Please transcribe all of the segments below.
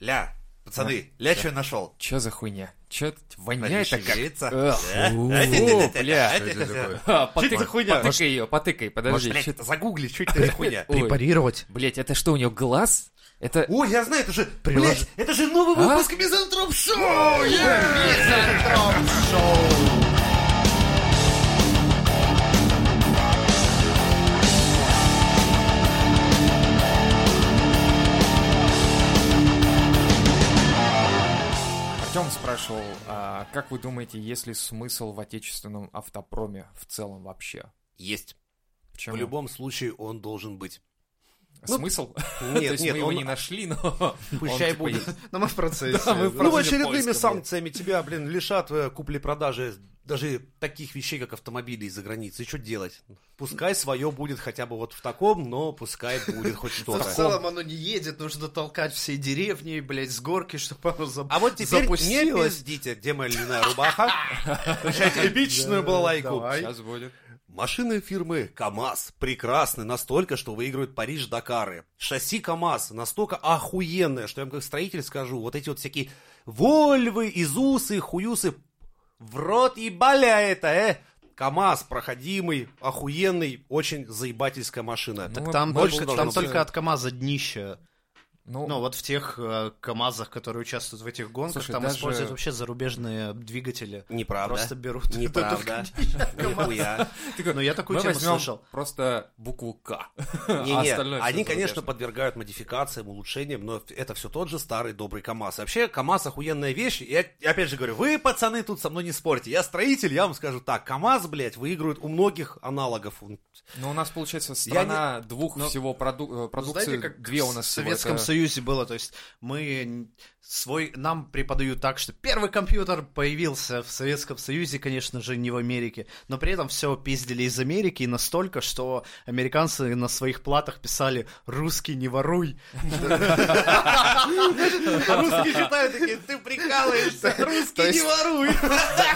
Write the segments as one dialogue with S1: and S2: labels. S1: Ля, пацаны, ля что я нашел?
S2: Чё за хуйня? Чё это воняет
S1: Смотри,
S2: так как?
S1: шевелится.
S2: Эх,
S1: Да.
S2: фу, бля.
S1: Э? Это
S3: это такое?
S2: Ха, потык-
S1: Что это за хуйня?
S2: Потыкай ее, потыкай, подожди.
S1: Блядь,
S2: чё
S1: это загугли, что это за хуйня?
S2: Ой.
S3: Препарировать.
S2: Блять, это что, у него глаз? Это...
S1: О, я знаю, это же,
S3: Прилож-
S1: блядь, это же новый
S2: А?
S1: выпуск Мизантроп Шоу! Yeah!
S2: Артем спрашивал, а как вы думаете, есть ли смысл в отечественном автопроме в целом вообще?
S1: Есть.
S2: Почему?
S1: В любом случае он должен быть.
S2: Смысл? Ну, То
S1: Ну, Нет,
S2: есть
S1: нет, ну,
S2: мы его
S1: он-
S2: не нашли, но... он,
S1: чай
S2: типа,
S1: будет.
S2: есть.
S3: Но мы в процессе.
S2: Да, мы в
S1: Ну,
S2: Правда,
S1: очередными
S2: поиском,
S1: санкциями тебя, блин, лишат э, купли-продажи даже таких вещей, как автомобили из-за границы. И что делать? Пускай свое будет хотя бы вот в таком, но пускай будет хоть
S3: Но в
S1: что-то.
S3: целом оно не едет, нужно толкать все деревни, блядь, с горки, чтобы оно за...
S1: А вот теперь не
S3: Запустилось.
S1: пиздите, где моя льняная рубаха? Включайте эпичную балалайку.
S3: давай.
S2: Сейчас будет.
S1: Машины фирмы КАМАЗ прекрасны настолько, что выигрывают Париж-Дакары. Шасси КАМАЗ настолько охуенное, что я вам как строитель скажу, вот эти вот всякие Вольвы, Изусы, Хуюсы, в рот ебаля это, э! КАМАЗ проходимый, охуенный, очень заебательская машина.
S2: Ну,
S3: Там,
S2: Больше
S3: только,
S1: должно
S3: там
S1: быть.
S3: только от КАМАЗа днище.
S2: Ну,
S3: Ну, вот в тех э, КАМАЗах, которые участвуют в этих гонках,
S2: Слушай,
S3: там
S2: даже-
S3: используют вообще зарубежные двигатели.
S1: Неправда.
S3: Просто берут. это
S1: Неправда.
S3: только днище.
S1: Нихуя.
S3: Но я такую
S2: мы
S3: тему
S2: возьмем
S3: слышал.
S2: просто букву К. а
S1: Не-не,
S2: остальное всё
S1: они, конечно,
S2: зарубежное.
S1: подвергают модификациям, улучшениям, но это все тот же старый добрый КАМАЗ. И Вообще, КАМАЗ охуенная вещь. Я, я опять же говорю, вы, пацаны, тут со мной не спорьте. Я строитель, я вам скажу так, КАМАЗ, блядь, выигрывает у многих аналогов. Он-
S2: Ну, у нас, получается, страна двух
S3: Ну,
S2: всего проду- э,
S3: Ну,
S2: продукции, две у нас
S3: в
S2: всего.
S3: Советском
S2: Это-
S3: Союзе было, то есть мы свой, нам преподают так, что первый компьютер появился в Советском Союзе, конечно же, не в Америке, но при этом все пиздили из Америки и настолько, что американцы на своих платах писали «русский не воруй».
S1: А русские читают такие, ты прикалываешься, русские
S3: есть-
S1: не воруют.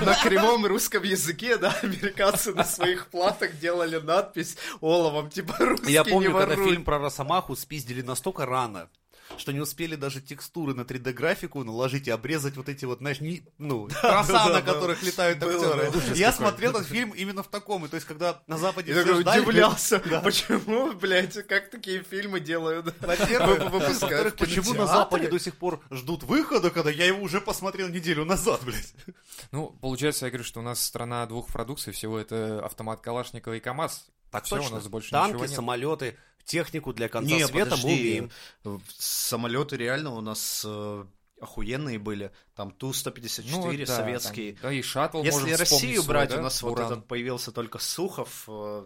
S3: На кривом русском языке, да, американцы на своих платах делали надпись оловом, типа «русский
S1: Я помню, когда фильм про Росомаху спиздили настолько рано, что не успели даже текстуры на 3D-графику наложить и обрезать вот эти вот, знаешь, не- ну,
S3: Да,
S1: краса,
S3: да,
S1: на которых летают
S3: Было,
S1: актеры.
S3: было.
S1: Я смотрел этот фильм именно в таком, и то есть, когда на Западе
S3: Я
S1: все
S3: такой
S1: ждали,
S3: удивлялся, почему, блядь, как такие фильмы делают?
S1: Во-первых,
S3: Выпускают
S1: во-вторых,
S3: в
S1: почему на
S3: кинотеатре?
S1: Западе до сих пор ждут выхода, когда я его уже посмотрел неделю назад, блядь?
S2: Ну, получается, я говорю, что у нас страна двух продукций, всего это автомат Калашникова и КАМАЗ.
S1: Так
S2: Всё, у нас больше
S1: Танки,
S2: ничего нет.
S1: самолеты, технику для конца
S3: Не,
S1: света мы
S3: подожди.
S1: умеем.
S3: Самолеты реально у нас э, охуенные были. Там
S2: Ну,
S3: Ту-154
S2: да,
S3: советский.
S2: там, да, и шаттл
S3: Если
S2: можем вспомнить
S3: Россию
S2: свой,
S3: брать,
S2: да,
S3: у нас
S2: «Уран».
S3: вот этот появился только Сухов, э,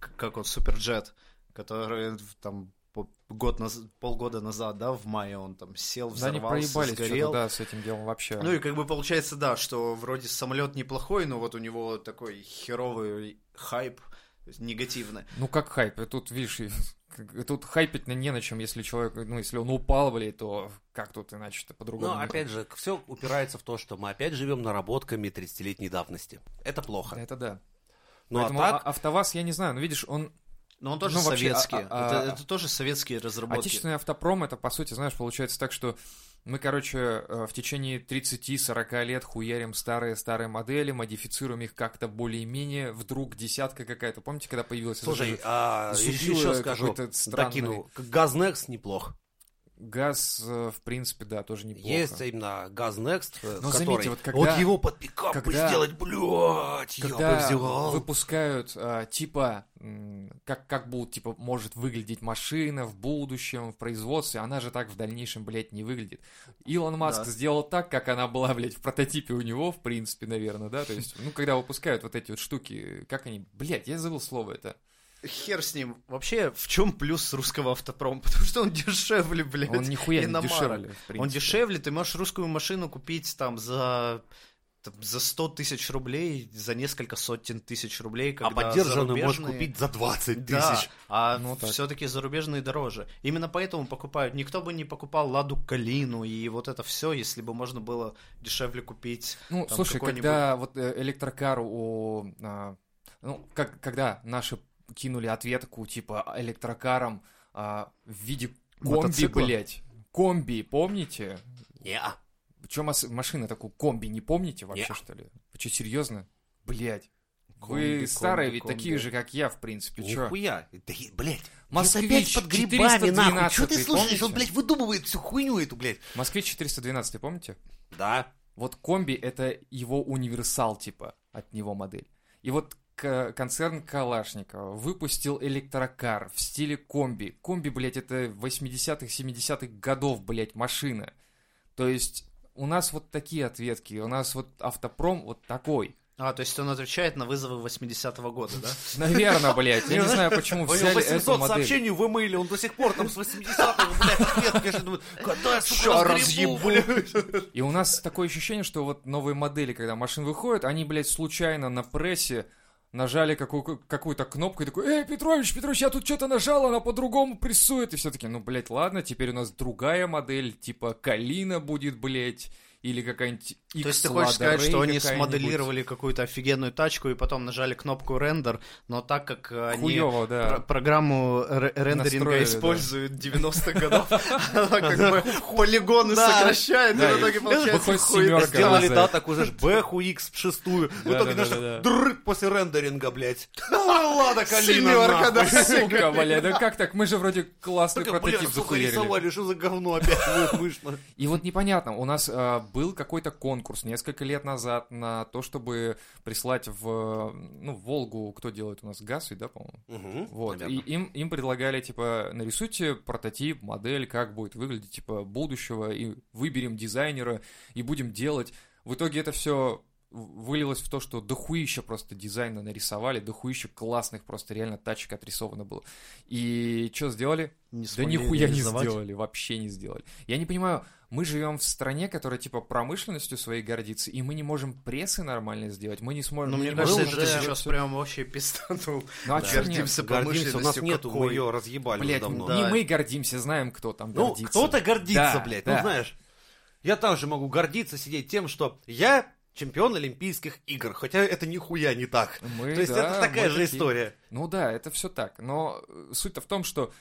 S3: к- как он, Суперджет, который в- там по- год наз- полгода назад, да, в мае он там сел,
S2: Да, они
S3: взорвался,
S2: проебались
S3: сгорел.
S2: что-то, да, с этим делом вообще.
S3: Ну и как бы получается, да, что вроде самолет неплохой, но вот у него такой херовый хайп то есть негативный.
S2: Ну как хайп, и тут, видишь, и как- тут хайпить на не на чем, если человек, ну если он упал, блядь, то как тут иначе-то по-другому?
S3: Ну,
S1: Но, Ну, опять же, все упирается в то, что мы опять живем наработками 30-летней давности. Это плохо.
S2: Это да.
S1: Ну а
S2: Поэтому
S1: так,
S2: а- АвтоВАЗ, я не знаю, ну видишь, он...
S3: Но он тоже
S2: Ну, вообще,
S3: советский.
S2: а- а-
S3: это,
S2: а-
S3: это тоже советские разработки.
S2: Отечественный автопром, это, по сути, знаешь, получается так, что мы, короче, э, в течение 30-40 лет хуярим старые-старые модели, модифицируем их как-то более-менее, вдруг десятка какая-то. Помните, когда появилась эта
S1: слушай,
S2: же
S1: а,
S2: зубило
S1: еще скажу,
S2: какой-то странный.
S1: докину. Газнекс неплох.
S2: газ, э, в принципе, да, тоже неплохо.
S1: Есть именно Газнекст, э,
S2: Но
S1: который...
S2: заметьте, вот когда-
S1: его под пикапы
S2: когда-
S1: сделать, блядь, я бы
S2: когда
S1: взял.
S2: выпускают э, типа м, как как будет типа может выглядеть машина в будущем в производстве, она же так в дальнейшем блядь, не выглядит. Илон Маск
S3: Да.
S2: сделал так, как она была блядь, в прототипе у него в принципе, наверное, да, то есть ну когда выпускают вот эти вот штуки, как они, блядь, я забыл слово это.
S3: Хер с ним. Вообще, в чем плюс русского автопрома? Потому что он дешевле, блядь.
S2: Он нихуя не
S3: Иномарок.
S2: дешевле. в
S3: Он
S2: принципе.
S3: дешевле, ты можешь русскую машину купить там за там, за 100 тысяч рублей, за несколько сотен тысяч рублей, когда
S1: А поддержанную можешь
S3: зарубежные-
S1: купить за 20
S3: Да,
S1: тысяч.
S3: а
S2: Ну, так.
S3: все-таки зарубежные дороже. Именно поэтому покупают. Никто бы не покупал Ладу Калину и вот это все, если бы можно было дешевле купить.
S2: Ну,
S3: там
S2: слушай,
S3: какой-нибудь-
S2: когда вот э, электрокар у... а, ну, как, когда наши кинули ответку, типа, электрокаром а, в виде комби,
S3: Мотоцикла?
S2: блядь. комби, помните?
S1: Неа.
S2: Причем машина такую комби, не помните вообще,
S1: Не.
S2: что ли? Вы что, серьезно? Блять. Вы
S4: Комби,
S2: старые
S4: комби,
S2: ведь
S4: комби.
S2: такие же, как я, в принципе. Че?
S1: Нихуя. Да, и, блядь. Мас
S2: Москвич
S1: опять под грибами, нахуй. Че ты
S2: 412,
S1: слушаешь? Он,
S2: помните?
S1: блядь, выдумывает всю хуйню эту, блядь.
S2: Москвич 412, помните?
S1: Да.
S2: Вот комби это его универсал, типа, от него модель. И вот к- концерн Калашникова выпустил электрокар в стиле комби. Комби, блядь, это 80-х, 70-х годов, блядь, машина. То есть у нас вот такие ответки, у нас вот автопром вот такой.
S3: А, то есть он отвечает на вызовы 80-го года, да?
S2: Наверное, блядь, я не знаю, почему
S1: У него
S2: Ну, взяли эту
S1: 800
S2: модель.
S1: сообщений в имейле, он до сих пор там с 80-х, блядь, ответ пишет. Думает, когда я, сука,
S3: Ща
S1: разгребу, блядь.
S2: И у нас такое ощущение, что вот новые модели, когда машин выходят, они, блядь, случайно на прессе нажали какую- какую-то кнопку и такой, «Эй, Петрович, Петрович, я тут что-то нажал, она по-другому прессует». И все таки ну, блядь, ладно, теперь у нас другая модель, типа Калина будет, блядь, или какая-нибудь
S3: То есть ты
S2: X-Lada
S3: хочешь сказать,
S2: Ray
S3: что они
S2: какая-нибудь.
S3: смоделировали какую-то офигенную тачку и потом нажали кнопку рендер, но так как э, они
S2: Хуёво, да.
S3: пр- программу р- рендеринга
S2: Настроили, да.
S3: используют 90-х годов, она как бы полигоны
S1: Да.
S3: сокращает, и
S2: Да,
S3: в итоге получается
S2: выходит
S3: хуй.
S2: семёрка.
S1: Сделали,
S2: за
S1: да,
S2: это.
S1: такую, знаешь, бэху X в шестую. В
S2: Да,
S1: итоге,
S2: да,
S1: знаешь,
S2: да,
S1: так, дрррк после рендеринга, блядь. Ну, Лада Калина,
S3: Семёрка,
S1: нахуй.
S3: да.
S2: Сука, блядь, да как так? Мы же вроде классный
S1: Только, блядь,
S2: прототип
S1: сука,
S2: захуярили.
S1: рисовали, что за говно опять вышло.
S2: И вот непонятно, у нас э, был какой-то конкурс несколько лет назад на то, чтобы прислать в, э, ну, в Волгу, кто делает у нас газ, и, да, по-моему?
S1: Мгм,
S2: Вот,
S1: понятно.
S2: и им, им предлагали, типа, нарисуйте прототип, модель, как будет выглядеть, типа, будущего, и выберем дизайнера, и будем делать. В итоге это все вылилось в то, что дохуища просто дизайна нарисовали, дохуища классных просто реально тачек отрисовано было. И что сделали? Да
S3: Типа,
S2: нихуя не сделали, вообще не сделали. Я не понимаю, мы живем в стране, которая типа промышленностью своей гордится, и мы не можем прессы нормально сделать, мы не сможем...
S3: Ну,
S2: мы
S3: мне
S2: не
S3: кажется,
S2: можем
S3: это
S2: сделать
S3: сейчас
S2: всё.
S3: прям вообще пистанул.
S2: Ну, а
S3: да.
S2: чё нет?
S1: Гордимся,
S3: гордимся
S1: у нас
S3: промышленностью
S1: нету, мы
S3: какой.
S1: ее разъебали уже
S2: Блядь,
S1: давно.
S2: не
S3: Да.
S2: мы гордимся, знаем, кто там
S1: Ну,
S2: гордится.
S1: кто-то гордится,
S2: Да,
S1: блядь, ну
S2: да.
S1: знаешь. Я там же могу гордиться, сидеть тем, что я чемпион Олимпийских игр, хотя это нихуя не так.
S2: Мы,
S1: То есть
S2: да,
S1: это такая
S2: мы
S1: же
S2: такие.
S1: история.
S2: Ну да, это все так. Но э, суть-то в том, что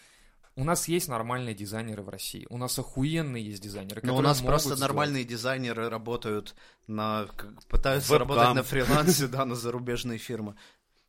S2: у нас есть нормальные дизайнеры в России. У нас охуенные есть дизайнеры,
S3: Но
S2: которые
S3: Ну, у нас
S2: могут
S3: просто
S2: сделать.
S3: нормальные дизайнеры работают на... как- Пытаются
S1: Вебкам.
S3: работать на фрилансе, да, на зарубежные фирмы.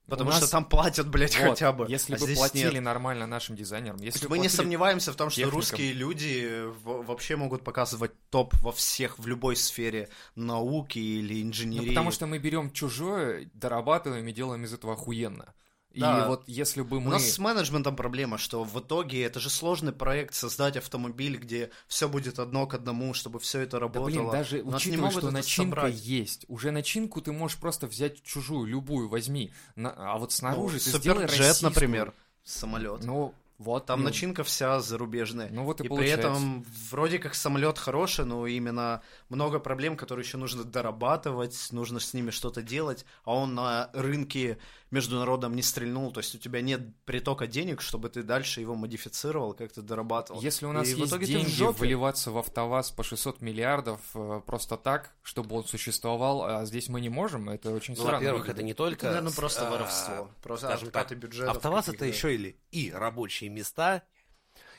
S3: Потому
S2: У
S3: что
S2: нас-
S3: там платят, блядь,
S2: Вот,
S3: хотя бы.
S2: Если
S3: А
S2: бы
S3: здесь
S2: платили
S3: нет.
S2: нормально нашим дизайнерам, если бы
S3: Мы не
S2: платили
S3: сомневаемся в том, что
S2: техникам.
S3: русские люди в- вообще могут показывать топ во всех, в любой сфере науки или
S2: Ну,
S3: инженерии.
S2: потому что мы берем чужое, дорабатываем и делаем из этого охуенно.
S3: Да.
S2: И вот если бы
S3: У
S2: мы...
S3: нас с менеджментом проблема, что в итоге это же сложный проект создать автомобиль, где все будет одно к одному, чтобы все это
S2: Да
S3: работало.
S2: блин, даже
S3: У нас не
S2: учитывая,
S3: могут
S2: что
S3: это
S2: начинка
S3: собрать.
S2: есть, уже начинку ты можешь просто взять чужую, любую возьми, На- а вот
S3: Ну,
S2: снаружи ты сделай
S3: Суперджет,
S2: российскую.
S3: например, самолет.
S2: Ну, вот.
S3: Там
S2: ну,
S3: начинка вся зарубежная.
S2: Ну вот и,
S3: и при
S2: получается.
S3: этом вроде как самолет хороший, но именно много проблем, которые еще нужно дорабатывать, нужно с ними что-то делать, а он на рынке международном не стрельнул, то есть у тебя нет притока денег, чтобы ты дальше его модифицировал, как-то дорабатывал.
S2: Если у нас
S3: И в
S2: есть
S3: итоге ты в
S2: деньги
S3: жопе.
S2: вливаться в АвтоВАЗ по 600 миллиардов э, просто так, чтобы он существовал, а здесь мы не можем, это очень
S1: Ну,
S2: странно.
S1: во-первых,
S2: выглядит.
S1: это не
S3: Это,
S1: только...
S2: ну,
S3: наверное,
S1: с-
S3: просто
S1: а,
S3: воровство. Просто
S1: скажем так,
S3: откаты бюджетов.
S1: Автоваз это
S3: каких-то.
S1: еще или и рабочие места,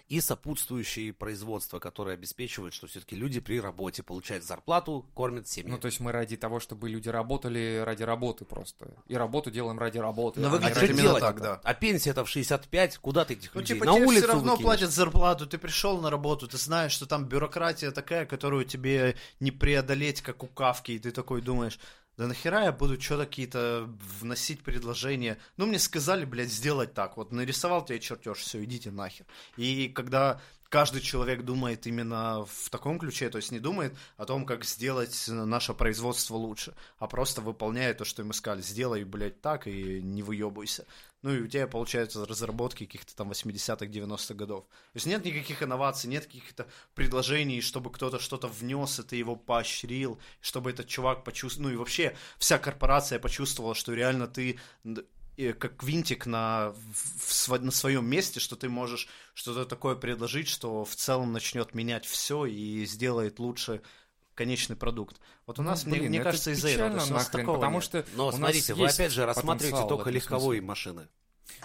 S1: и сопутствующие производства, которые обеспечивают, что все-таки люди при работе получают зарплату, кормят семьи.
S2: Ну, то есть мы ради того, чтобы люди работали ради работы просто. И работу делаем ради работы.
S3: Но
S2: а не
S3: выглядит
S1: а
S2: ради
S1: что
S3: именно
S1: делать?
S3: так, да.
S1: А пенсия-то в 65, куда ты этих
S3: Ну,
S1: людей?
S3: типа,
S1: На
S3: тебе
S1: улицу
S3: все равно
S1: выкинешь?
S3: платят зарплату, ты пришел на работу, ты знаешь, что там бюрократия такая, которую тебе не преодолеть, как у Кавки, и ты такой думаешь, да нахера я буду что-то какие-то вносить предложения? Ну, мне сказали, блядь, сделать так. Вот нарисовал тебе чертеж, все, идите нахер. И когда каждый человек думает именно в таком ключе, то есть не думает о том, как сделать наше производство лучше, а просто выполняет то, что ему сказали, сделай, блядь, так и не выебывайся. Ну и у тебя получаются разработки каких-то там 80-х, 90-х годов. То есть нет никаких инноваций, нет каких-то предложений, чтобы кто-то что-то внес, и ты его поощрил, чтобы этот чувак почувствовал, ну и вообще вся корпорация почувствовала, что реально ты н- э, как винтик на, в- в сво- на своем месте, что ты можешь что-то такое предложить, что в целом начнет менять все и сделает лучше конечный продукт. Вот у
S2: Ну,
S3: нас, мне-
S2: блин,
S3: мне,
S2: это
S3: кажется, из-за этого. то
S2: печально
S3: есть у нас
S2: нахрен,
S3: такого
S2: потому
S3: нет.
S2: что у
S1: Но
S2: нас
S1: Ну, смотрите, вы
S2: есть
S1: опять же рассматриваете
S2: потенциал в
S1: только
S2: этом
S1: легковые
S2: смысле.
S1: машины.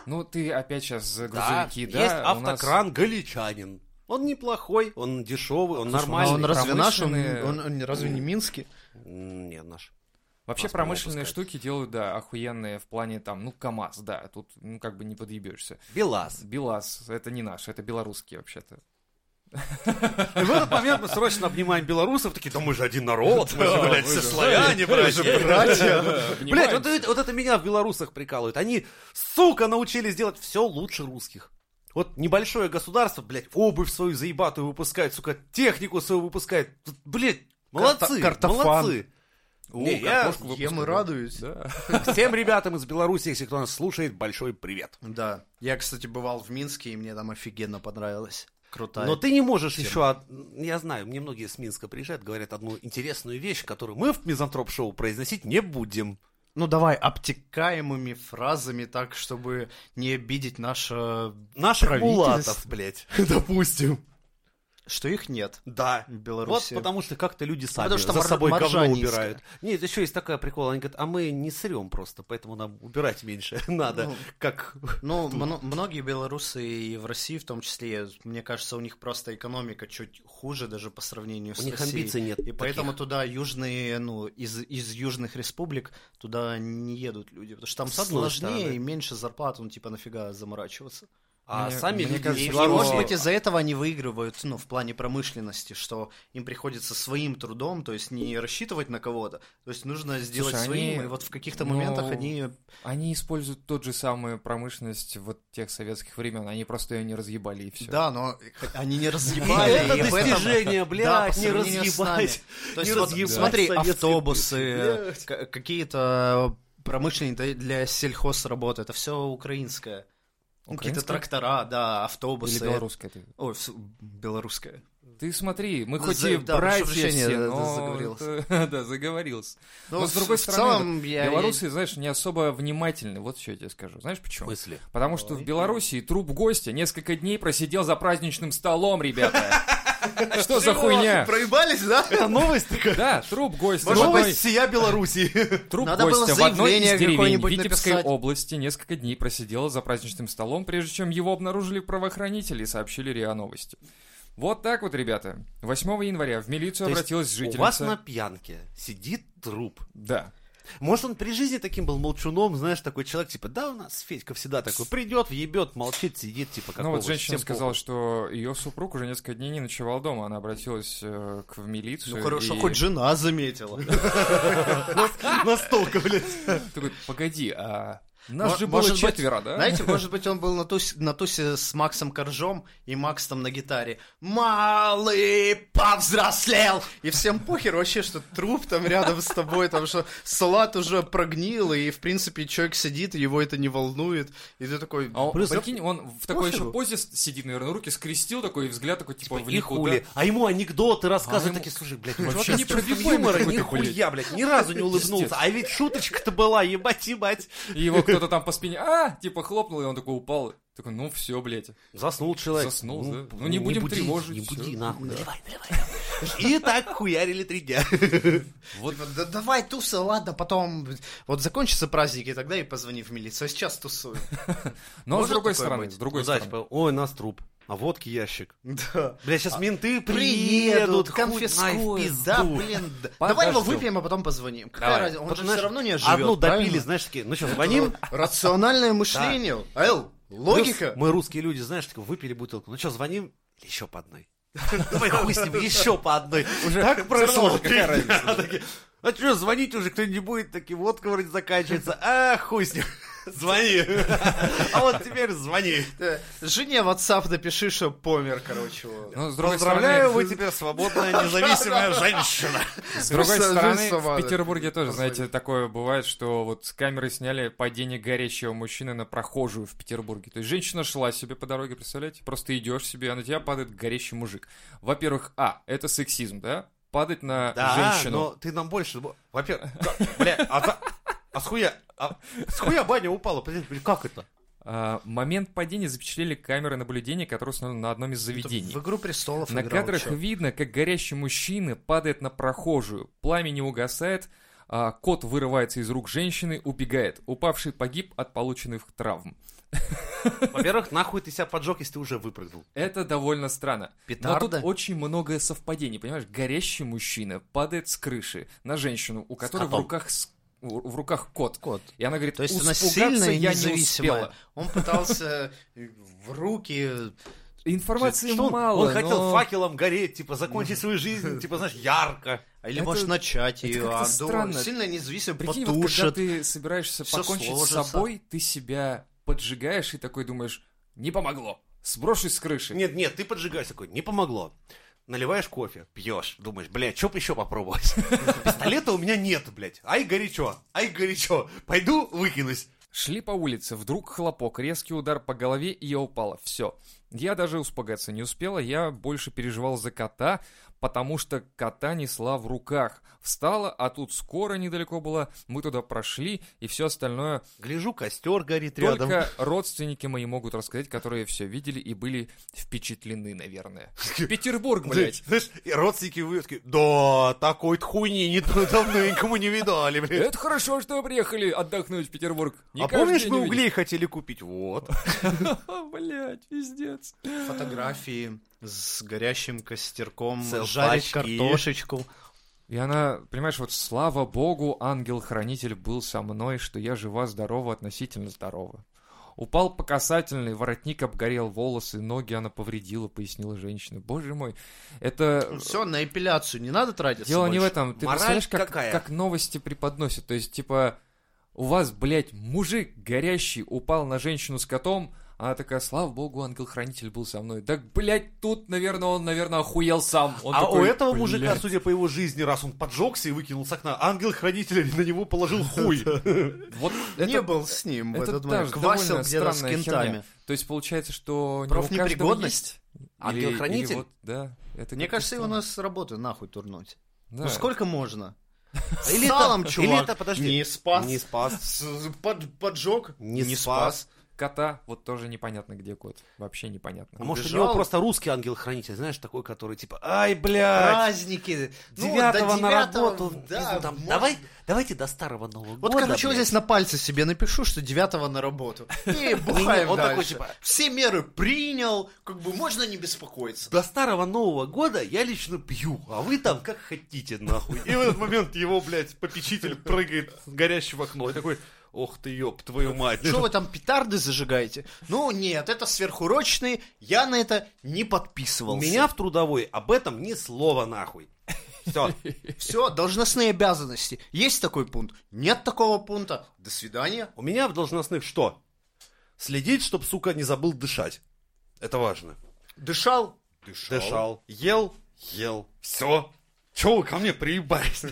S2: Ну, ты опять сейчас грузовики, да?
S1: есть
S2: у нас-
S1: автокран галичанин. Он неплохой, он дешевый, он
S2: Слушай,
S1: нормальный.
S2: ну,
S3: А он разве наш? Он,
S2: промышленные-
S3: он- он разве не минский?
S1: М, Нет, наш.
S2: Вообще
S1: Нас прямо
S2: промышленные
S1: выпускают.
S2: штуки делают, да, охуенные в плане там, ну, КАМАЗ, да, тут, ну, как бы не подъебешься.
S1: Белас.
S2: БелАЗ, это не наш, это белорусские вообще-то.
S1: И в этот момент мы срочно обнимаем белорусов, такие, да мы же один народ, мы же,
S2: Да,
S1: блядь,
S2: вы
S1: все
S2: же-
S1: славяне, братья.
S3: Братья!
S1: Блядь, вот, это- вот это меня в белорусах прикалывает. Они, сука, научились делать все лучше русских. Вот небольшое государство, блядь, обувь свою заебатую выпускает, сука, технику свою выпускает. Тут, Блядь, молодцы,
S3: картофан.
S1: молодцы.
S2: О,
S1: Не, я
S2: картошку выпускают.
S3: ем и радуюсь.
S2: Да.
S1: Всем ребятам из Беларуси, если кто нас слушает, большой привет.
S3: Да. Я, кстати, бывал в Минске, и мне там офигенно понравилось. Крутая.
S1: Но ты не можешь
S3: Всем.
S1: еще... од- Я знаю, мне многие с Минска приезжают, говорят одну интересную вещь, которую мы в Мизантроп-шоу произносить не будем.
S3: Ну давай обтекаемыми фразами так, чтобы не обидеть наше...
S1: Наших
S3: Правительств.
S1: мулатов, блядь. Допустим.
S3: Что их нет
S1: Да.
S3: в
S1: Вот
S3: Беларуси.
S1: потому что как-то люди сами
S3: Потому что
S1: за
S3: мар-
S1: собой
S3: маржа
S1: говно
S3: низкая.
S1: убирают. Нет, еще есть такая прикол. Они говорят, а мы не срем просто, поэтому нам убирать меньше надо.
S3: Ну.
S1: Как...
S3: Ну, мно- многие белорусы и в России в том числе, мне кажется, у них просто экономика чуть хуже даже по сравнению с
S1: У них
S3: Россией.
S1: амбиций нет.
S3: И поэтому туда южные, ну, из, из южных республик туда не едут люди, потому что там
S1: С одной
S3: сложнее
S1: стороны.
S3: и меньше зарплат, ну, типа, нафига заморачиваться.
S1: А
S2: Мне-
S1: сами
S2: мне
S1: люди
S2: кажется,
S1: из
S3: И,
S2: Беларусь-
S1: Беларуси-
S3: может быть, из-за этого они выигрывают, ну, в плане промышленности, что им приходится своим трудом, то есть не рассчитывать на кого-то, то есть нужно сделать
S2: они-
S3: своим, и вот в каких-то
S2: ну,
S3: моментах они...
S2: Они используют тот же самую промышленность вот тех советских времен, они просто ее не разъебали и все.
S3: Да, но они не
S1: И
S3: разъебали.
S1: это
S3: и об этом-
S1: достижение, блядь,
S3: по
S1: не
S3: сравнению с
S1: разъебать.
S3: То есть
S1: Не
S3: вот
S1: разъебать
S3: смотри,
S1: советский
S3: автобусы,
S1: блядь.
S3: к- какие-то промышленные для сельхозработы, это все украинское. Ну, Какие-то
S2: Украинская
S3: трактора, да,
S2: Или
S3: автобусы.
S2: белорусская? ты?
S3: Ой, всё, белорусское.
S2: Ты смотри, мы
S3: Да,
S2: хоть
S3: за-
S2: и
S3: да,
S2: братья
S3: прошу прощения,
S2: все,
S3: да, да,
S2: но...
S3: заговорился.
S2: Да, заговорился. Но с
S3: Ну, в-
S2: другой
S3: в
S2: стороны,
S3: целом, я- я-
S2: Белорусы, знаешь, не особо внимательны, вот что я тебе скажу. Знаешь
S1: В
S2: почему?
S1: смысле?
S2: Потому что в
S3: Ой.
S2: Белоруссии труп гостя несколько дней просидел за праздничным столом, ребята. Что за хуйня?
S3: Проебались, да?
S1: Это новость такая.
S2: Да, труп гостя. в одной-
S1: Новость сия Беларуси.
S2: Труп
S3: Надо было
S2: гостя в одной из
S3: заявление
S2: деревень
S3: какое-нибудь
S2: Витебской
S3: написать.
S2: области несколько дней просидел за праздничным столом, прежде чем его обнаружили правоохранители и сообщили РИА Новости. Вот так вот, ребята. 8 января в милицию
S1: То есть
S2: обратилась
S1: У
S2: жительница...
S1: вас на пьянке сидит труп.
S2: Да.
S1: Может, он при жизни таким был молчуном, знаешь, такой человек, типа, да, у нас Федька всегда такой придет, въебет, молчит, сидит, типа, как
S2: ну вот
S1: овощ,
S2: женщина
S1: всем
S2: сказала, что ее супруг уже несколько дней не ночевал дома. Она обратилась э, к, в милицию.
S3: Ну хорошо,
S2: и-
S3: хоть жена заметила.
S1: похуй. Настолько, блядь.
S2: Такой, погоди, а нас
S3: Мо-
S2: же было
S3: может быть,
S2: четверо, да?
S3: Знаете, может быть, он был на тусе, на тусе с Максом Коржом, и Макс там на гитаре «Малый повзрослел!» И всем похер вообще, что труп там рядом с тобой, там что салат уже прогнил, и, в принципе, человек сидит, и его это не волнует. И ты такой...
S2: А он,
S1: Плюс-
S2: прикинь, он в такой еще
S1: пофигу.
S2: позе с- сидит, наверное, руки скрестил такой, и взгляд такой, типа, в
S1: И
S2: никуда.
S1: хули. А ему анекдоты
S2: А
S1: рассказывают,
S2: ему-
S1: такие, слушай, блядь,
S2: Вообще
S1: вообще не
S2: непробиваемый
S1: юмора,
S2: какой-то,
S1: ни хуя, блядь, ни разу не улыбнулся. А ведь шуточка-то была, ебать, ебать.
S2: И его кто-то там по спине, а, типа, хлопнул, и он такой упал. Такой, ну все, блядь.
S1: Заснул человек.
S2: Заснул, да. Ну, не будем
S1: буди,
S2: тревожить,
S1: Не
S2: всё.
S1: буди, нахуй, наливай, наливай. И так хуярили три дня.
S2: Вот
S3: типа, «Да давай тусы, ладно, потом вот закончатся праздники, тогда и позвони в милицию, а сейчас тусую.
S2: Но с другой
S3: Может такое
S2: стороны,
S3: быть?
S2: с другой
S1: Ну, да,
S2: стороны.
S1: типа, ой, нас труп. А водки ящик.
S3: Да.
S1: Бля,
S2: А
S1: сейчас менты приедут,
S3: приедут,
S1: хуй знает, в
S3: конфискуют.
S1: пизду.
S3: Да, блин, да.
S2: Подождем.
S3: давай его выпьем, а потом позвоним. Какая
S1: Давай.
S3: разница, он
S1: Потому
S3: же
S1: знаешь,
S3: все равно не живет.
S1: Одну допили, знаешь, такие, ну что, звоним?
S3: Рациональное мышление. Эл,
S1: Плюс
S2: Ну,
S3: логика.
S1: Мы русские люди, знаешь, такие, выпили бутылку. Ну что, звоним? Или еще по одной? Давай хуй с ним, еще по одной.
S2: Уже
S1: так прошло.
S2: взорвался, какая
S1: три дня, такие, А что, звонить уже кто не будет, такие водка вроде заканчивается. А, хуй с ним. Звони. А вот теперь звони.
S3: Э, Жене в WhatsApp напиши, что помер, короче. вот.
S2: Но с другой
S1: Поздравляю,
S2: стороны,
S1: вы теперь свободная, независимая женщина.
S2: с другой
S3: Просто
S2: стороны,
S3: жизнь сама,
S2: в
S3: да,
S2: Петербурге тоже,
S3: позвонит.
S2: знаете, такое бывает, что вот с камеры сняли падение горящего мужчины на прохожую в Петербурге. То есть женщина шла себе по дороге, представляете? Просто идешь себе, а на тебя падает горящий мужик. Во-первых, а, это сексизм, да? Падать на
S1: Да,
S2: женщину.
S1: но ты нам больше... Во-первых, да, бля, а за- а с хуя... а с хуя баня упала? Подожди, блин, Как это?
S2: А, момент падения запечатлели камеры наблюдения, которые установлены на одном из заведений.
S3: Ну, В «Игру престолов»
S2: На
S3: играл,
S2: кадрах
S3: чё.
S2: видно, как горящий мужчина падает на прохожую. Пламя не угасает, а кот вырывается из рук женщины, убегает. Упавший погиб от полученных травм.
S1: Во-первых, нахуй ты себя поджег, если ты уже выпрыгнул.
S2: Это довольно странно. Но
S3: Петарда?
S2: тут очень много совпадений, понимаешь? Горящий мужчина падает с крыши на женщину, у которой в
S3: котом.
S2: руках с- в в руках кот.
S3: Кот.
S2: И она говорит,
S3: То есть она
S2: «Испугаться
S3: сильная и
S2: я не
S3: независимая.
S2: успела».
S3: Он пытался э, в руки... э,
S2: Информации
S1: Что он-
S2: мало,
S1: Он хотел
S2: но-
S1: факелом гореть, типа, закончить свою жизнь, типа, знаешь, ярко.
S3: Или,
S2: Это-
S3: может, начать
S2: это
S3: ее.
S2: как-то
S3: а дома
S2: странно.
S3: Сильно независимо
S2: Прикинь, вот когда
S3: потушит.
S2: ты собираешься
S3: всё
S2: покончить
S3: сложится.
S2: с собой, ты себя поджигаешь и такой думаешь, не помогло, сброшусь с крыши.
S1: Нет, нет, ты поджигаешь такой, не помогло. Наливаешь кофе, пьешь, думаешь, блядь, что бы еще попробовать? Пистолета у меня нет, блядь. Ай, горячо, ай, горячо. Пойду выкинусь.
S2: Шли по улице, вдруг хлопок, резкий удар по голове, и я упала. Все. Я даже успокоиться не успела, я больше переживал за кота, потому что кота несла в руках. Встала, а тут скоро недалеко было, мы туда прошли, и все остальное
S1: Гляжу, костер горит рядом.
S2: только родственники мои могут рассказать, которые все видели и были впечатлены, наверное. Петербург, блядь.
S1: Знаешь, и родственники выйдут, такие, да, такой хуйни не, давно никому не видали, блядь.
S2: Это хорошо, что вы приехали отдохнуть в Петербург. Э, Не
S1: а
S2: каждый
S1: помнишь,
S2: день
S1: мы
S2: увидишь.
S1: углей хотели купить? Вот.
S2: Блядь, пиздец.
S3: Фотографии с горящим костерком,
S1: Собачки.
S3: жарить картошечку.
S2: И она, понимаешь, вот слава богу, ангел-хранитель был со мной, что я жива-здорова, относительно здорова. Упал по касательной, воротник обгорел, волосы, ноги она повредила, пояснила женщина. Боже мой, это...
S3: Все, на эпиляцию не надо тратиться
S2: Дело не в
S3: больше.
S2: этом. Ты
S1: Мораль
S2: представляешь, как,
S1: какая?
S2: как новости преподносят. То есть, типа, у вас, блядь, мужик горящий упал на женщину с котом, а она такая, слава богу, ангел-хранитель был со мной. Так, блядь, тут, наверное, он, наверное, охуел сам. Он
S1: а у
S2: такой,
S1: этого мужика,
S2: «Блядь».
S1: судя по его жизни, раз он поджегся и выкинул с окна, ангел-хранитель на него положил хуй.
S2: Вот
S3: Не
S2: это-
S3: был с ним в
S2: это
S3: этот
S2: та
S3: момент.
S2: же
S3: Квасил
S2: довольно
S3: где-то с
S2: странная
S3: кентами.
S2: херня. То есть получается, что не у каждого
S3: Профнепригодность?
S2: есть. Или-
S1: Ангел-хранитель?
S2: или вот, да. Это
S3: Мне
S2: как-то
S3: кажется, его
S2: странно.
S3: нас с работы нахуй турнуть.
S2: Да.
S3: Ну сколько можно?
S1: Или
S3: С салом,
S1: это-
S3: чувак.
S1: или это, подожди.
S3: Не спас.
S1: Не спас.
S3: С- под- поджег.
S1: Не спас.
S2: Кота, вот тоже непонятно, где кот. Вообще непонятно.
S1: А может, у
S3: Убежал?
S1: него просто русский ангел-хранитель, знаешь, такой, который типа, ай, блядь,
S3: Праздники. Ну,
S1: девятого
S3: до
S1: на
S3: девятого,
S1: работу, в
S3: да,
S1: пизду там,
S3: можно.
S1: давай, давайте до старого Нового
S3: Вот,
S1: года.
S3: короче, вот
S1: блядь».
S3: здесь на пальце себе напишу, что девятого на работу. И
S1: Не-не,
S3: бухаем
S1: он такой,
S3: дальше.
S1: типа,
S3: Все меры принял, как бы можно не беспокоиться.
S1: До старого Нового года я лично пью, а вы там как хотите, нахуй. И в этот момент его, блядь, попечитель прыгает с горящего окно и такой, ох ты, ёб твою мать.
S3: Что вы там петарды зажигаете? Ну нет, это сверхурочные, я на это не подписывался.
S1: Меня в трудовой об этом ни слова, нахуй. Все.
S3: Все, должностные обязанности. Есть такой пункт? Нет такого пункта. До свидания.
S1: У меня в должностных что? Следить, чтоб, сука, не забыл дышать. Это важно.
S3: Дышал?
S1: Дышал. Ел? Ел. Все. Чего вы ко мне приебались?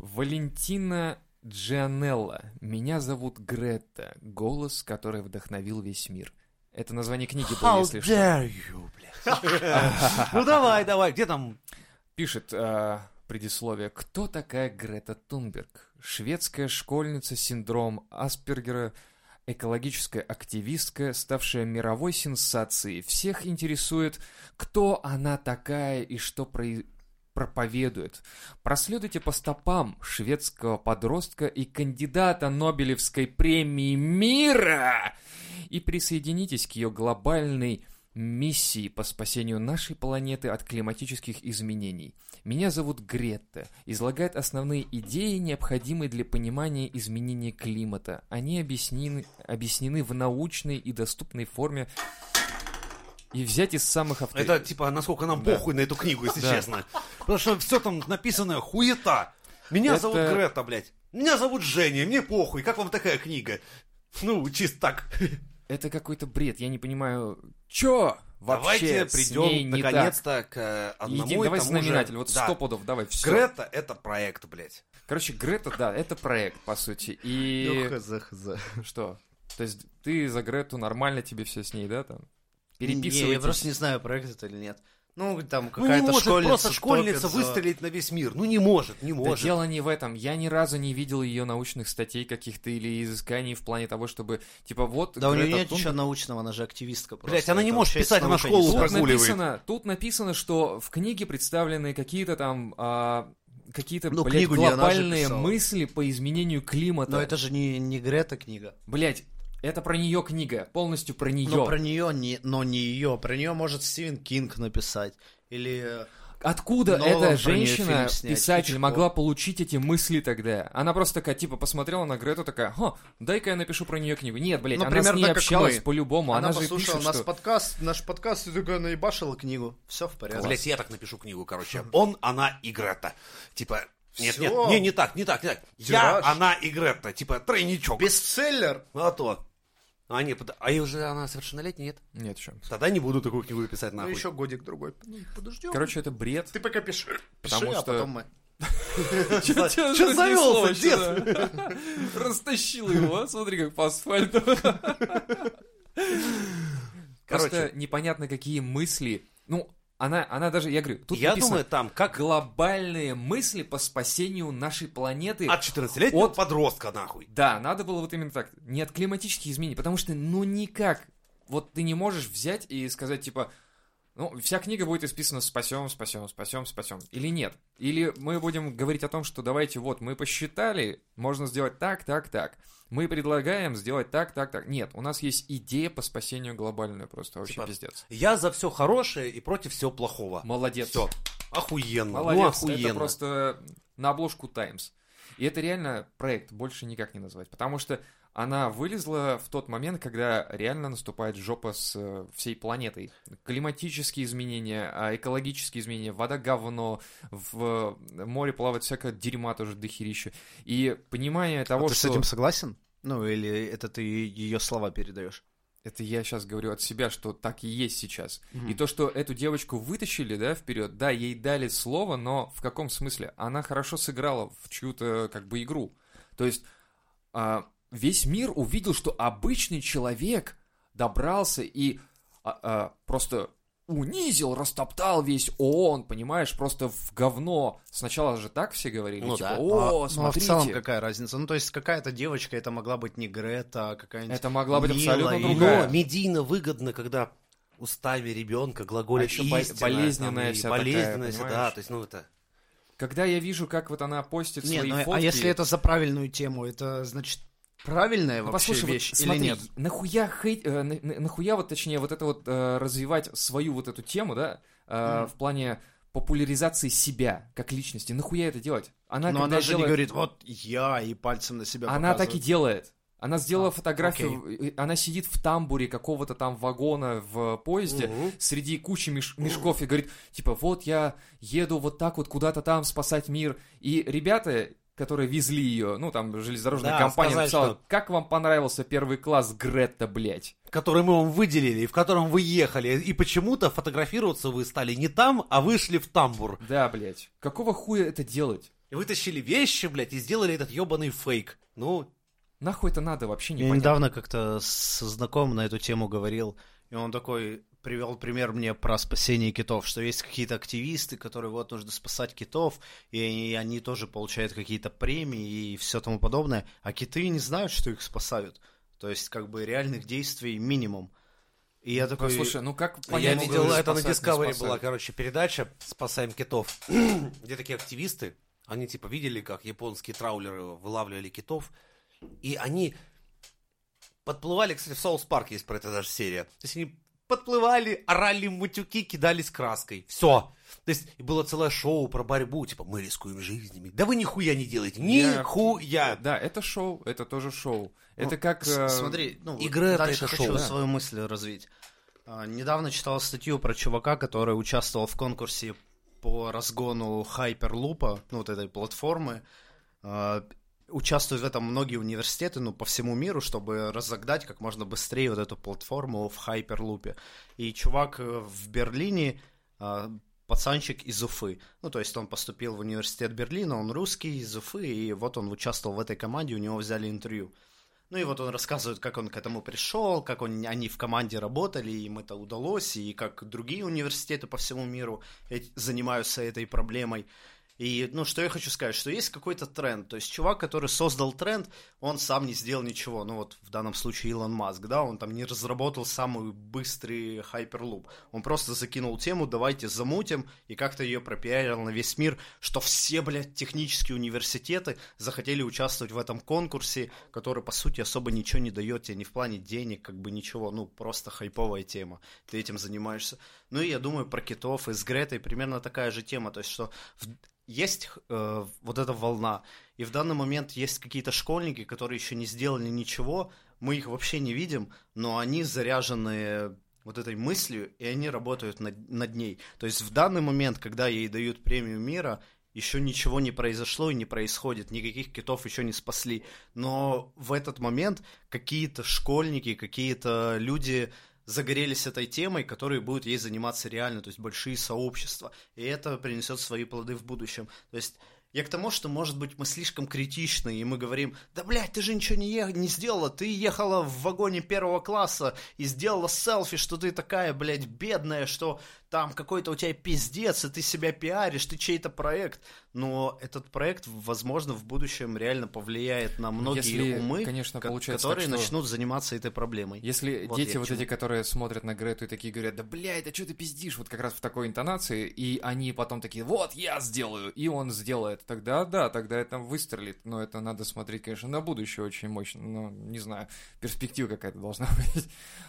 S2: Валентина Джианелла. Меня зовут Гретта. Голос, который вдохновил весь мир. Это название книги было, если что.
S1: you, блядь. Ну давай, давай, где там?
S2: Пишет э, предисловие. Кто такая Грета Тунберг? Шведская школьница с синдромом Аспергера, экологическая активистка, ставшая мировой сенсацией. Всех интересует, кто она такая и что прои- проповедует. Проследуйте по стопам шведского подростка и кандидата Нобелевской премии мира и присоединитесь к ее глобальной миссии по спасению нашей планеты от климатических изменений. Меня зовут Гретта. Излагает основные идеи, необходимые для понимания изменения климата. Они объяснены, объяснены в научной и доступной форме и взять из самых авторитетных.
S1: Это типа, насколько нам
S2: Да.
S1: похуй на эту книгу, если
S2: Да.
S1: честно. Потому что все там написано хуета. Меня
S2: Это-
S1: зовут Грета, блядь. Меня зовут Женя, мне похуй. Как вам такая книга? Ну, чисто так.
S2: Это какой-то бред, я не понимаю, чё вообще
S1: Давайте
S2: с ней
S1: придем
S2: не так?
S1: наконец-то к э, одному
S2: Иди,
S1: и
S2: давай
S1: тому же-
S2: знаменатель, вот
S1: Да.
S2: сто пудов, давай, все.
S1: Грета — это проект, блядь.
S2: Короче, Грета, да, это проект, по сути,
S3: Ну,
S2: и
S3: хз, хз.
S2: что? То есть ты за Грету нормально, тебе все с ней, да, там?
S3: Не, я просто
S2: Переписываетесь?
S3: не знаю, проект это или нет. Ну, там
S1: Ну не
S3: какая-то
S1: может
S3: школьница.
S1: просто школьница
S3: топит за-
S1: выстрелить на весь мир. Ну не может, не
S2: Да
S1: может.
S2: дело не в этом. Я ни разу не видел ее научных статей каких-то или изысканий в плане того, чтобы, типа, вот...
S3: Да у нее
S2: Грета
S3: нет
S2: Тунберг-
S3: ничего научного, она же активистка просто.
S1: Блядь, она не
S3: Это
S1: может
S3: вообще с
S1: писать, она
S3: наукой
S1: школу
S3: не связано.
S2: Тут
S1: прогуливает.
S2: написано, тут написано, что в книге представлены какие-то там а, какие-то,
S3: Ну,
S2: блядь,
S3: книгу не она же
S2: глобальные
S3: писала.
S2: мысли по изменению климата.
S3: Но это же не, не Грета книга.
S2: Блядь, это про нее книга, полностью про нее.
S3: Но Ну, про нее не, но не ее. Про нее может Стивен Кинг написать. Или. э,
S2: Откуда
S3: Нолан про
S2: эта
S3: неё
S2: женщина,
S3: фильм снять,
S2: писатель,
S3: Хичкок.
S2: могла получить эти мысли тогда? Она просто такая, типа, посмотрела на Грету, такая, «Хо, дай-ка я напишу про нее книгу». Нет, блядь,
S3: Ну,
S2: она с
S3: примерно
S2: ней
S3: так, как
S2: общалась
S3: мы.
S2: по-любому, она,
S3: она
S2: же
S3: послушала
S2: пишет,
S3: наш
S2: что...
S3: подкаст, наш подкаст, и такая наебашила книгу. Все в порядке.
S1: Блять, я так напишу книгу, короче. Он, она и Грета. Типа, нет, нет,
S3: Всё.
S1: не, не так, не так, не так. Я,
S3: Тираж.
S1: она и Грета. Типа, тройничок.
S3: Бестселлер!
S1: Ну, а то. А, нет, под- а и уже она совершеннолетняя, нет?
S2: Нет, еще.
S1: Тогда не буду такую книгу писать
S3: Ну
S1: нахуй.
S3: еще годик другой. Подождем.
S2: Короче, это бред.
S3: ты пока пиши.
S2: Потому
S3: пиши, а
S2: что-
S3: потом мы.
S2: Чё- чё
S1: чё
S2: же
S1: завёлся,
S2: разнесло сюда? Растащил его, а? смотри, как по асфальту. Просто
S1: Короче.
S2: непонятно, какие мысли... Ну, она, она даже, я говорю, тут
S1: Я
S2: написано
S1: думаю, там, как
S2: глобальные мысли по спасению нашей планеты
S1: от 14-летнего
S2: От-
S1: подростка, нахуй.
S2: Да, надо было вот именно так. Не от климатических изменений, потому что ну никак. Вот ты не можешь взять и сказать типа, ну, вся книга будет исписана спасем, спасем, спасем, спасем. Или нет. Или мы будем говорить о том, что давайте вот мы посчитали, можно сделать так, так, так. Мы предлагаем сделать так, так, так. Нет, у нас есть идея по спасению глобальную просто вообще
S1: Типа,
S2: пиздец.
S1: Я за все хорошее и против всего плохого.
S2: Молодец.
S1: Все. Охуенно. ну,
S2: Молодец,
S1: охуенно.
S2: это просто на обложку Times. И это реально проект, больше никак не назвать, потому что она вылезла в тот момент, когда реально наступает жопа с э, всей планетой. Климатические изменения, а, экологические изменения, вода говно, в э, море плавает всякое дерьма тоже дохерища. И понимание того,
S3: А ты
S2: что...
S3: с этим согласен? Ну, или это ты ее слова передаешь?
S2: Это я сейчас говорю от себя, что так и есть сейчас. И то, что эту девочку вытащили, да, вперед, да, ей дали слово, но в каком смысле? Она хорошо сыграла в чью-то, как бы, игру. То есть а, весь мир увидел, что обычный человек добрался и а, а, просто унизил, растоптал весь ООН, понимаешь, просто в говно. Сначала же так все говорили,
S1: Ну
S2: типа,
S1: да.
S2: о,
S3: а, ну, а в
S2: смотрите.
S3: целом какая разница? Ну, то есть какая-то девочка, это могла быть не Грета, а какая-нибудь...
S2: Это могла быть
S3: Мила
S2: абсолютно
S3: и-
S2: другая.
S1: Но медийно выгодно, когда устами ребенка глаголит
S2: А ещё бо-
S1: истина, там,
S2: болезненная
S1: и
S2: вся такая,
S1: болезненная вся, да,
S2: понимаешь?
S1: то есть, ну, это...
S2: Когда я вижу, как вот она постит
S3: Не,
S2: свои
S3: ну,
S2: фотки...
S3: а если это за правильную тему, это значит правильная
S2: Ну,
S3: вообще
S2: послушай, вот
S3: вещь
S2: смотри,
S3: или нет?
S2: нахуя хейт, э, на- на- нахуя вот точнее вот это вот э, развивать свою вот эту тему, да, э,
S3: Мгм.
S2: в плане популяризации себя как личности, нахуя это делать? Она, когда
S3: Но Ну, она же не
S2: делает-
S3: говорит, вот я и пальцем на себя
S2: она так и
S3: показывает.
S2: делает. Она сделала
S3: А,
S2: фотографию, э, она сидит в тамбуре какого-то там вагона в э, поезде
S1: Мгм.
S2: среди кучи меш- мешков и говорит, типа, вот я еду вот так вот куда-то там спасать мир. И ребята, которые везли ее, ну там железнодорожная
S1: Да,
S2: компания
S1: сказали,
S2: написала,
S1: что-
S2: как вам понравился первый класс Гретта, блядь?
S1: который мы вам выделили, и в котором вы ехали, и почему-то фотографироваться вы стали не там, а вышли в тамбур.
S2: Да, блядь. Какого хуя это делать?
S1: И вытащили вещи, блядь, и сделали этот ебаный фейк. Ну,
S2: Нахуй это надо вообще не
S3: Я недавно как-то со знакомым на эту тему говорил, и он такой привел пример мне про спасение китов, что есть какие-то активисты, которые вот нужно спасать китов, и они, и они тоже получают какие-то премии и все тому подобное, а киты не знают, что их спасают. То есть как бы реальных действий минимум. И я такой...
S2: Слушай, ну как
S1: я
S2: понять,
S1: видел
S2: что
S1: это на
S2: спасать, не
S1: Discovery
S2: спасать?
S1: была, короче, передача «Спасаем китов», где такие активисты, они типа видели, как японские траулеры вылавливали китов, и они подплывали, кстати, в Саус Парк есть про это даже серия. То есть они подплывали, орали мутюки, кидались краской. Все. То есть и было целое шоу про борьбу, типа мы рискуем жизнями. Да вы нихуя не делаете,
S2: Я-
S1: нихуя.
S2: Да, это шоу, это тоже шоу. Это
S3: Ну,
S2: как...
S3: С-
S2: э,
S3: Смотри, ну, вот
S1: игра это
S3: дальше
S1: это
S3: хочу
S1: шоу, да.
S3: свою мысль развить. А, Недавно читал статью про чувака, который участвовал в конкурсе по разгону Hyperloop, ну, вот этой платформы. А, Участвуют в этом многие университеты, ну, по всему миру, чтобы разогнать как можно быстрее вот эту платформу в Hyperloop. И чувак э, в Берлине а, пацанчик из Уфы. Ну, то есть он поступил в университет Берлина, он русский, из Уфы, и вот он участвовал в этой команде, у него взяли интервью. Ну и вот он рассказывает, как он к этому пришел, как он, они в команде работали, и им это удалось, и как другие университеты по всему миру э- занимаются этой проблемой. И, ну, что я хочу сказать, что есть какой-то тренд. То есть чувак, который создал тренд, он сам не сделал ничего. Ну, вот в данном случае Илон Маск, да, он там не разработал самый быстрый хайперлуп. Он просто закинул тему, давайте замутим, и как-то ее пропиарил на весь мир, что все, блядь, технические университеты захотели участвовать в этом конкурсе, который, по сути, особо ничего не дает тебе, ни в плане денег, как бы ничего, ну, просто хайповая тема. Ты этим занимаешься. Ну, и я думаю про китов и с Гретой примерно такая же тема, то есть что в есть э, вот эта волна, и в данный момент есть какие-то школьники, которые еще не сделали ничего, мы их вообще не видим, но они заряжены вот этой мыслью, и они работают над, над ней. То есть в данный момент, когда ей дают премию мира, еще ничего не произошло и не происходит, никаких китов еще не спасли. Но в этот момент какие-то школьники, какие-то люди загорелись этой темой, которые будут ей заниматься реально, то есть большие сообщества. И это принесет свои плоды в будущем. То есть я к тому, что, может быть, мы слишком критичны, и мы говорим, да, блядь, ты же ничего не, ех... не сделала, ты ехала в вагоне первого класса и сделала селфи, что ты такая, блядь, бедная, что там какой-то у тебя пиздец, и ты себя пиаришь, ты чей-то проект. Но этот проект, возможно, в будущем реально повлияет на многие
S2: Если,
S3: умы,
S2: конечно,
S3: ко-
S2: получается
S3: которые
S2: так, что-
S3: начнут заниматься этой проблемой.
S2: Если
S3: Вот
S2: дети
S3: я к
S2: вот
S3: чему.
S2: эти, которые смотрят на Грету и такие говорят, да блядь, да что ты пиздишь, вот как раз в такой интонации, и они потом такие, вот я сделаю, и он сделает, тогда да, тогда это выстрелит, но это надо смотреть, конечно, на будущее очень мощно, ну, не знаю, перспектива какая-то должна быть.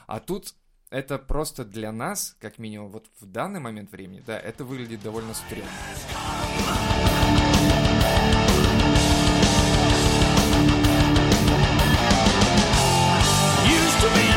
S2: А тут это просто для нас, как минимум, вот в данный момент времени, да, это выглядит довольно стрёмно.
S4: Used to be